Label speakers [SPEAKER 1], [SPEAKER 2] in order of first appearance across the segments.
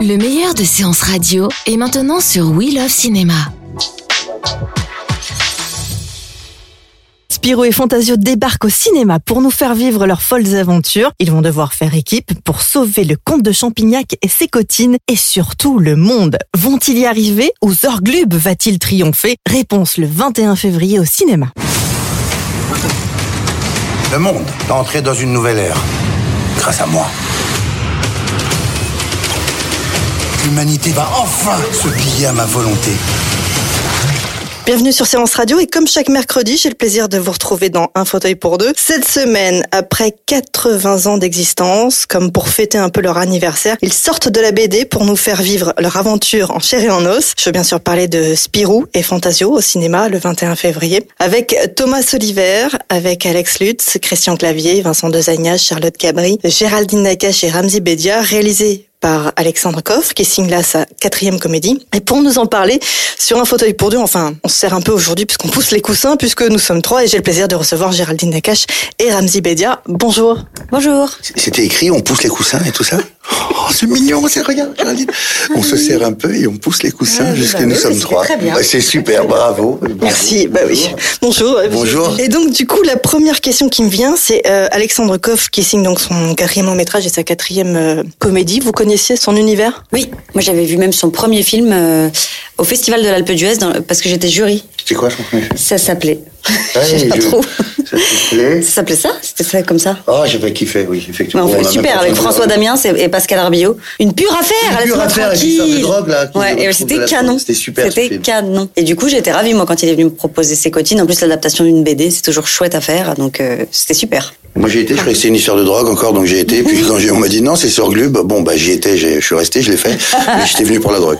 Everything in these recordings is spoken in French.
[SPEAKER 1] Le meilleur de séances radio est maintenant sur We Love Cinéma.
[SPEAKER 2] Spirou et Fantasio débarquent au cinéma pour nous faire vivre leurs folles aventures. Ils vont devoir faire équipe pour sauver le comte de Champignac et ses cotines et surtout le monde. Vont-ils y arriver ou Zorglub va-t-il triompher Réponse le 21 février au cinéma.
[SPEAKER 3] Le monde va entrer dans une nouvelle ère, grâce à moi. L'humanité va enfin se plier à ma volonté.
[SPEAKER 2] Bienvenue sur Séance Radio et comme chaque mercredi, j'ai le plaisir de vous retrouver dans Un fauteuil pour deux. Cette semaine, après 80 ans d'existence, comme pour fêter un peu leur anniversaire, ils sortent de la BD pour nous faire vivre leur aventure en chair et en os. Je veux bien sûr parler de Spirou et Fantasio au cinéma le 21 février, avec Thomas Oliver, avec Alex Lutz, Christian Clavier, Vincent Dezagna, Charlotte Cabri, Géraldine Nakache et Ramzi Bedia, réalisé par Alexandre Coffre, qui signe là sa quatrième comédie. Et pour nous en parler, sur un fauteuil pour deux, enfin, on se sert un peu aujourd'hui puisqu'on pousse les coussins, puisque nous sommes trois et j'ai le plaisir de recevoir Géraldine Nakache et Ramzi Bedia. Bonjour.
[SPEAKER 4] Bonjour.
[SPEAKER 3] C'était écrit, on pousse les coussins et tout ça Oh, c'est mignon, c'est regarde, Géraldine. On se serre un peu et on pousse les coussins
[SPEAKER 4] Ouais,
[SPEAKER 3] jusqu'à
[SPEAKER 4] bah
[SPEAKER 3] nous
[SPEAKER 4] oui,
[SPEAKER 3] sommes
[SPEAKER 4] c'était
[SPEAKER 3] trois.
[SPEAKER 4] très bien.
[SPEAKER 3] Bah, c'est super, bravo.
[SPEAKER 2] Merci. Bah oui. Bonjour.
[SPEAKER 3] Bonjour.
[SPEAKER 2] Et donc du coup, la première question qui me vient, c'est euh, Alexandre Coff qui signe donc son quatrième long métrage et sa quatrième euh, comédie. Vous connaissiez son univers
[SPEAKER 4] Oui, moi j'avais vu même son premier film euh, au Festival de l'Alpe d'Huez dans- parce que j'étais jury.
[SPEAKER 3] C'est quoi son premier film
[SPEAKER 4] Ça s'appelait.
[SPEAKER 3] Ouais,
[SPEAKER 4] je sais pas
[SPEAKER 3] je-
[SPEAKER 4] trop.
[SPEAKER 3] Ça s'appelait
[SPEAKER 4] Ça s'appelait ça C'était ça comme ça
[SPEAKER 3] Oh, j'avais kiffé, oui, effectivement.
[SPEAKER 4] Mais en fait,
[SPEAKER 3] On a même
[SPEAKER 4] super,
[SPEAKER 3] pas
[SPEAKER 4] avec
[SPEAKER 3] fait
[SPEAKER 4] François
[SPEAKER 3] de-
[SPEAKER 4] Damiens et et Pascal Arbillot. Une pure affaire,
[SPEAKER 3] Une pure
[SPEAKER 4] laisse-moi
[SPEAKER 3] affaire, avec
[SPEAKER 4] tranquille.
[SPEAKER 3] l'histoire de drogue, là, qui
[SPEAKER 4] Ouais,
[SPEAKER 3] nous
[SPEAKER 4] et
[SPEAKER 3] retrouve
[SPEAKER 4] c'était
[SPEAKER 3] la-
[SPEAKER 4] canon.
[SPEAKER 3] c'était super, ce
[SPEAKER 4] C'était
[SPEAKER 3] film.
[SPEAKER 4] canon. Et du coup, j'étais ravie, moi, quand il est venu me proposer ses cotines. En plus, l'adaptation d'une BD, c'est toujours chouette à faire. Donc, euh, c'était super.
[SPEAKER 3] Moi j'ai été, je croyais que c'était une histoire de drogue encore, donc j'ai été. Puis quand j'ai- on m'a dit non, c'est sur Glub, bon bah j'y étais, j'ai- je suis resté, je l'ai fait, mais j'étais venu pour la drogue.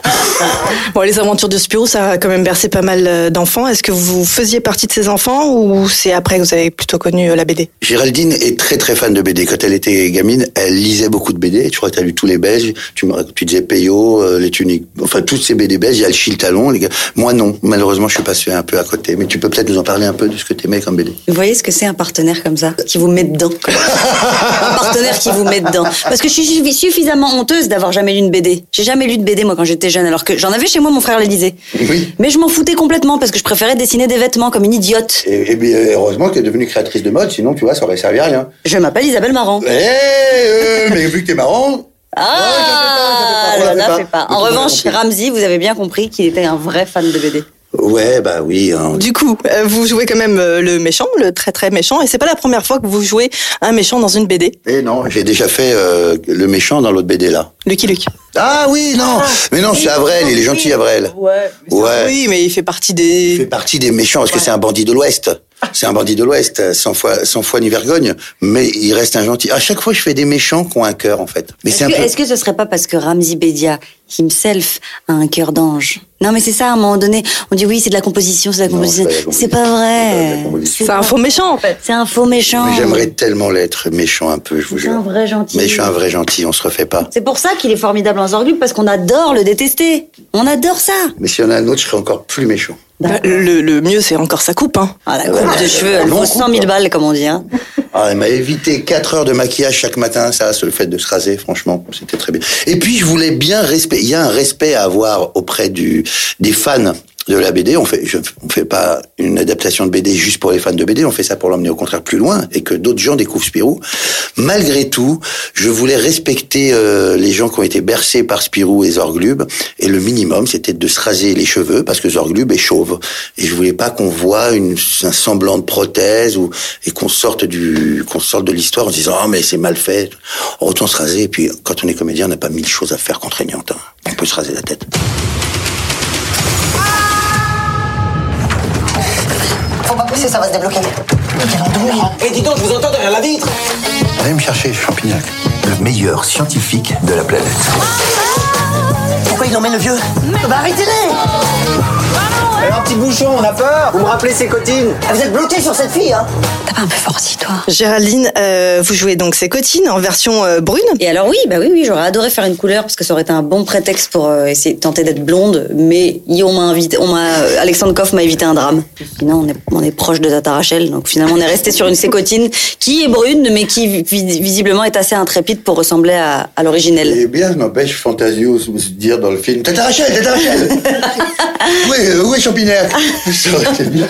[SPEAKER 2] Bon, les aventures de Spirou, ça a quand même bercé pas mal euh, d'enfants. Est-ce que vous faisiez partie de ces enfants ou c'est après que vous avez plutôt connu euh, la BD
[SPEAKER 3] Géraldine est très très fan de BD. Quand elle était gamine, elle lisait beaucoup de BD. Tu crois que tu as lu tous les Belges. Tu, me- tu disais Peyo, euh, les tuniques, enfin toutes ces BD belges. Il y a le Chil Talon, les gars. Moi non, malheureusement je suis passé un peu à côté. Mais tu peux peut-être nous en parler un peu de ce que t'aimais comme BD.
[SPEAKER 4] Vous voyez ce que c'est un partenaire comme ça, qui vous met dedans. quoi. un partenaire qui vous met dedans. Parce que je suis suffisamment honteuse d'avoir jamais lu une BD. J'ai jamais lu de BD moi quand j'étais jeune, alors que j'en avais chez moi, mon frère les lisait.
[SPEAKER 3] Oui.
[SPEAKER 4] Mais je m'en foutais complètement parce que je préférais dessiner des vêtements comme une idiote.
[SPEAKER 3] Et, et bien, heureusement qu'elle est devenue créatrice de mode, sinon tu vois, ça aurait servi à rien.
[SPEAKER 4] Je m'appelle Isabelle Marant.
[SPEAKER 3] Eh, euh, mais vu que t'es marrant.
[SPEAKER 4] Ah,
[SPEAKER 3] ouais, je la fais pas,
[SPEAKER 4] là,
[SPEAKER 3] je la fais pas, on la fait
[SPEAKER 4] là,
[SPEAKER 3] pas.
[SPEAKER 4] fais pas.
[SPEAKER 3] Mais
[SPEAKER 4] En
[SPEAKER 3] tout le monde
[SPEAKER 4] revanche,
[SPEAKER 3] l'a compris.
[SPEAKER 4] Ramsey, vous avez bien compris qu'il était un vrai fan de BD.
[SPEAKER 3] Ouais, bah oui. hein.
[SPEAKER 2] Du coup, euh, vous jouez quand même euh, le méchant, le très très méchant, et c'est pas la première fois que vous jouez un méchant dans une BD.
[SPEAKER 3] Eh non, j'ai déjà fait euh, le méchant dans l'autre BD là.
[SPEAKER 2] Lucky Luke.
[SPEAKER 3] Ah oui, non. mais non, c'est Avrel, il est gentil Avrel.
[SPEAKER 4] Ouais.
[SPEAKER 3] Ouais.
[SPEAKER 2] Oui, mais il fait partie
[SPEAKER 3] Il fait
[SPEAKER 2] des.
[SPEAKER 3] partie des méchants parce que c'est un bandit de l'Ouest. C'est un bandit de l'Ouest, euh, sans foi, sans foi ni vergogne, mais il reste un gentil. À chaque fois, je fais des méchants qui ont un cœur, en fait. Mais
[SPEAKER 4] Est-ce
[SPEAKER 3] c'est
[SPEAKER 4] que,
[SPEAKER 3] un peu.
[SPEAKER 4] est-ce que ce serait pas parce que Ramzi Bedia himself a un cœur d'ange Non, mais c'est ça, à un moment donné, on dit oui, c'est de la composition, c'est de la
[SPEAKER 3] Non, c'est
[SPEAKER 4] composition. C'est
[SPEAKER 3] pas de la
[SPEAKER 4] pas vrai.
[SPEAKER 3] composition. C'est pas de la composition.
[SPEAKER 2] C'est un faux méchant en fait.
[SPEAKER 4] C'est un faux méchant.
[SPEAKER 3] Mais J'aimerais tellement l'être méchant un peu, je vous
[SPEAKER 4] C'est
[SPEAKER 3] jure.
[SPEAKER 4] un vrai gentil.
[SPEAKER 3] Mais je suis un vrai gentil, on se refait pas.
[SPEAKER 4] C'est pour ça qu'il est formidable en Zorglub, parce qu'on adore le détester. On adore ça.
[SPEAKER 3] Mais s'il y en a un autre, je serais encore plus méchant.
[SPEAKER 2] Bah, Le, le mieux, c'est encore sa coupe. Hein.
[SPEAKER 4] Ah, la coupe de cheveux, elle
[SPEAKER 3] Long
[SPEAKER 4] vaut
[SPEAKER 3] coupe,
[SPEAKER 4] 100 000
[SPEAKER 3] hein.
[SPEAKER 4] balles, comme on dit. hein.
[SPEAKER 3] Ah, elle m'a évité 4 heures de maquillage chaque matin, ça, c'est le fait de se raser, franchement, c'était très bien. Et puis, je voulais bien respect. Il y a un respect à avoir auprès du, des fans de la BD. On fait, je, on fait pas une adaptation de BD juste pour les fans de BD. On fait ça pour l'emmener au contraire plus loin et que d'autres gens découvrent Spirou. Malgré tout, je voulais respecter euh, les gens qui ont été bercés par Spirou et Zorglub. Et le minimum, c'était de se raser les cheveux parce que Zorglub est chauve. Et je voulais pas qu'on voit une, un semblant de prothèse ou, et qu'on sorte du, qu'on sorte de l'histoire en se disant, ah, mais c'est mal fait. Autant se raser. Et puis, quand on est comédien, on n'a pas mille choses à faire contraignantes. hein. On peut se raser la tête.
[SPEAKER 5] Faut pas pousser, ça va se débloquer.
[SPEAKER 6] Et dis donc, je vous entends derrière la vitre
[SPEAKER 3] Allez me chercher, Champignac. Le meilleur scientifique de la planète.
[SPEAKER 5] Pourquoi il emmène le vieux Bah arrêtez-les
[SPEAKER 6] Alors, petit bouchon, on a peur Vous me rappelez ses cotines
[SPEAKER 5] Ah, Vous êtes bloqué sur cette fille, hein
[SPEAKER 4] T'as pas un peu forti, toi
[SPEAKER 2] Géraldine, euh, vous jouez donc ces cotines en version euh, brune.
[SPEAKER 4] Et alors oui, bah oui, oui, j'aurais adoré faire une couleur parce que ça aurait été un bon prétexte pour euh, essayer de tenter d'être blonde, mais y- on m'a invité, on m'a, euh, Alexandre Koff m'a évité un drame. Non, on est, on est proche de Tata Rachel, donc finalement on est resté sur une sécotine qui est brune, mais qui vi- visiblement est assez intrépide pour ressembler à, à l'originel.
[SPEAKER 3] Eh bien, n'empêche Fantasio de se dire dans le film Tata Rachel, Tata Rachel Où est, euh, où est Champignac Ça aurait été bien.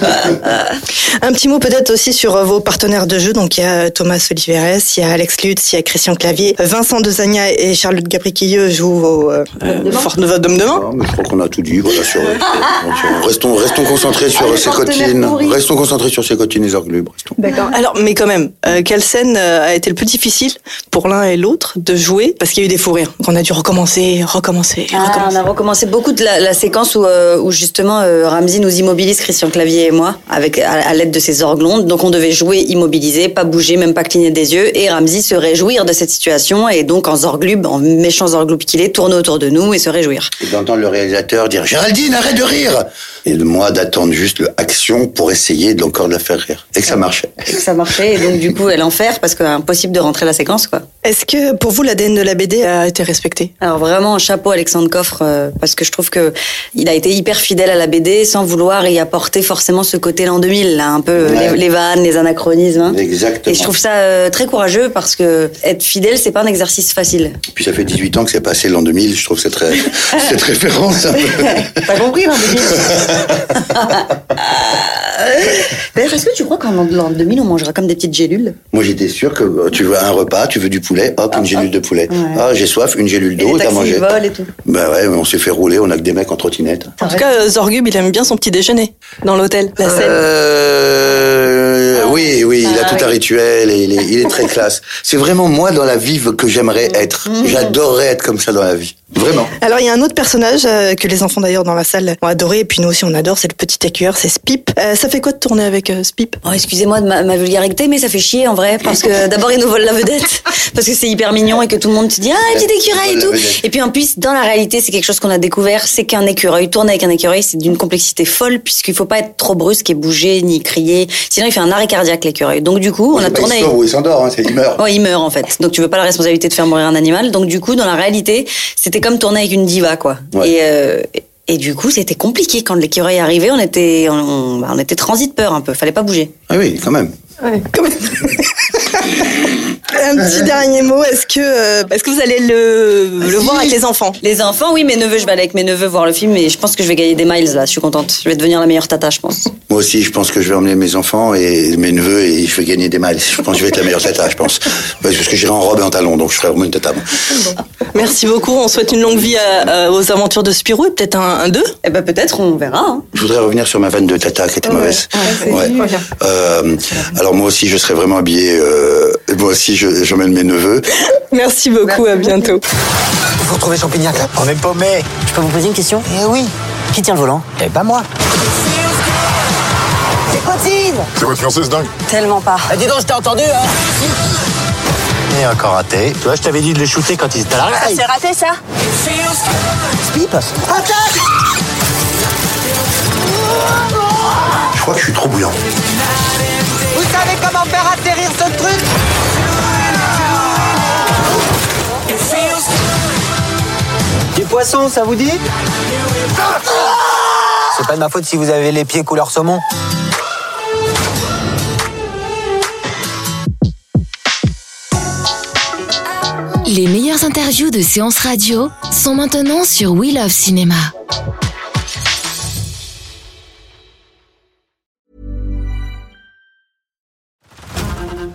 [SPEAKER 2] Un petit mot peut-être aussi sur euh, vos partenaires de jeu. Donc il y a euh, Thomas Oliveres, il y a Alex Lutz, il y a Christian Clavier, Vincent Desagna et Charlotte Gabriquilleux jouent vos euh, euh, Fort Nova Dome de Vin.
[SPEAKER 3] Non, mais je crois qu'on a tout dit. Voilà, sur, euh, sur- restons, restons concentrés
[SPEAKER 4] Ah,
[SPEAKER 3] sur
[SPEAKER 4] le
[SPEAKER 3] ces
[SPEAKER 4] partenaire
[SPEAKER 3] cotines.
[SPEAKER 4] pourri.
[SPEAKER 3] Restons concentrés sur ces cotines et orglubes. restons.
[SPEAKER 2] D'accord. Alors, mais quand même, euh, quelle scène euh, a été le plus difficile pour l'un et l'autre de jouer Parce qu'il y a eu des fous rires. Donc on a dû recommencer, recommencer,
[SPEAKER 4] Ah, on
[SPEAKER 2] recommencer.
[SPEAKER 4] a recommencé beaucoup de la, la séquence où, euh, où justement euh, Ramzi nous immobilise, Christian Clavier et moi, avec à, à l'aide de ses orglondes. Donc on devait jouer immobilisé, pas bouger, même pas cligner des yeux. Et Ramzi se réjouir de cette situation et donc en zorglube, en méchant zorglube qu'il est, tourner autour de nous et se réjouir.
[SPEAKER 3] Et d'entendre le réalisateur dire Géraldine, arrête de rire Et de moi d'attendre juste le action pour essayer de- encore de la faire rire. Et que ça marchait.
[SPEAKER 4] Et que ça marchait et donc du coup elle enfer parce que impossible de rentrer la séquence quoi.
[SPEAKER 2] Est-ce que pour vous l'ADN de la BD a été respecté
[SPEAKER 4] Alors vraiment chapeau Alexandre Coffre euh, parce que je trouve que il a été hyper fidèle à la BD sans vouloir y apporter forcément ce côté l'an 2000 là un peu euh,
[SPEAKER 3] Ouais.
[SPEAKER 4] les, les vannes, les anachronismes. hein.
[SPEAKER 3] Exactement.
[SPEAKER 4] Et je trouve ça euh, très courageux parce que être fidèle, c'est pas un exercice facile.
[SPEAKER 3] Puis ça fait 18 ans que c'est passé l'an 2000. Je trouve cette, ré- cette référence un peu.
[SPEAKER 4] T'as compris,
[SPEAKER 3] hein,
[SPEAKER 4] l'an 2000 D'ailleurs, est-ce que tu crois qu'en l'an 2000, on mangera comme des petites gélules
[SPEAKER 3] Moi, j'étais sûr que euh, tu veux un repas, tu veux du poulet, hop, une gélule de poulet. Ah, j'ai soif, une gélule
[SPEAKER 4] Et les
[SPEAKER 3] d'eau, t'as
[SPEAKER 4] taxis
[SPEAKER 3] mangé.
[SPEAKER 4] volent et tout.
[SPEAKER 3] Bah ouais, mais on s'est fait rouler, on a que des mecs en trottinette.
[SPEAKER 2] En tout cas, euh, Zorgub, il aime bien son petit déjeuner dans l'hôtel, la scène.
[SPEAKER 3] Euh, oui, oui, il a
[SPEAKER 4] Ah,
[SPEAKER 3] tout
[SPEAKER 4] oui.
[SPEAKER 3] un rituel et il est, il est très classe. C'est vraiment moi dans la vie que j'aimerais
[SPEAKER 4] Mm.
[SPEAKER 3] être. J'adorerais être comme ça dans la vie. Vraiment.
[SPEAKER 2] Alors il y a un autre personnage euh, que les enfants d'ailleurs dans la salle ont adoré et puis nous aussi on adore, c'est le petit écueur, c'est Spip. Euh, ça fait quoi de tourner avec euh, Spip
[SPEAKER 4] Oh, excusez-moi de ma, ma vulgarité, mais ça fait chier en vrai, parce que d'abord ils nous volent la vedette, parce que c'est hyper mignon et que tout le monde se dit ah petit écureuil et
[SPEAKER 3] Ils volent
[SPEAKER 4] tout.
[SPEAKER 3] la vedette.
[SPEAKER 4] Et puis en plus, dans la réalité, c'est quelque chose qu'on a découvert, c'est qu'un écureuil tourner avec un écureuil, c'est d'une complexité folle, puisqu'il faut pas être trop brusque et bouger ni crier, sinon il fait un arrêt cardiaque l'écureuil. Donc du coup, on a
[SPEAKER 3] Bah,
[SPEAKER 4] tourné.
[SPEAKER 3] Il sort ou il s'endort, hein, c'est- il meurt.
[SPEAKER 4] Ouais, il meurt en fait. Donc tu veux pas la responsabilité de faire mourir un animal. Donc du coup, dans la réalité, c'était comme tourner avec une diva, quoi.
[SPEAKER 3] Ouais.
[SPEAKER 4] Et, euh, et du coup, c'était compliqué quand l'écureuil arrivait. On était, on, bah, on était transi de peur un peu. Fallait pas bouger.
[SPEAKER 3] Ah oui, quand même.
[SPEAKER 2] Un petit dernier mot, est-ce que euh, est-ce que vous allez le, le voir avec les enfants
[SPEAKER 4] Les enfants, oui, mes neveux, je vais aller avec mes neveux voir le film. Et je pense que je vais gagner des miles là. Je suis contente. Je vais devenir la meilleure tata, je pense.
[SPEAKER 3] Moi aussi, je pense que je vais emmener mes enfants et mes neveux et je vais gagner des mâles. Je pense que je vais être la meilleure tata, je pense. Parce que j'irai en robe et en talon, donc je serai vraiment une tata. moi.
[SPEAKER 2] Merci beaucoup, on souhaite une longue vie à- à- aux aventures de Spirou et peut-être un, un deux.
[SPEAKER 4] Eh ben peut-être, on verra. hein.
[SPEAKER 3] Je voudrais revenir sur ma vanne de tata qui était mauvaise. Ouais. Euh, alors moi aussi, je serais vraiment habillé. euh, moi aussi, je- j'emmène mes neveux.
[SPEAKER 2] Merci beaucoup, à bientôt.
[SPEAKER 6] Vous retrouvez Champignac là Oh, On est paumé.
[SPEAKER 5] Je peux vous poser une question
[SPEAKER 6] Eh oui. Qui tient le volant Eh ben moi.
[SPEAKER 5] C'est cotine
[SPEAKER 7] C'est votre fiancé, c'est dingue.
[SPEAKER 5] Tellement pas.
[SPEAKER 6] Eh dis donc, je t'ai entendu, hein Et encore raté. Tu vois, je t'avais dit de le shooter quand il se à
[SPEAKER 5] C'est raté, ça
[SPEAKER 3] Je crois que je suis trop bouillant.
[SPEAKER 6] Vous savez comment faire atterrir ce truc Du poisson, ça vous dit C'est pas de ma faute si vous avez les pieds couleur saumon.
[SPEAKER 1] Les meilleures interviews de séances radio sont maintenant sur We Love Cinéma.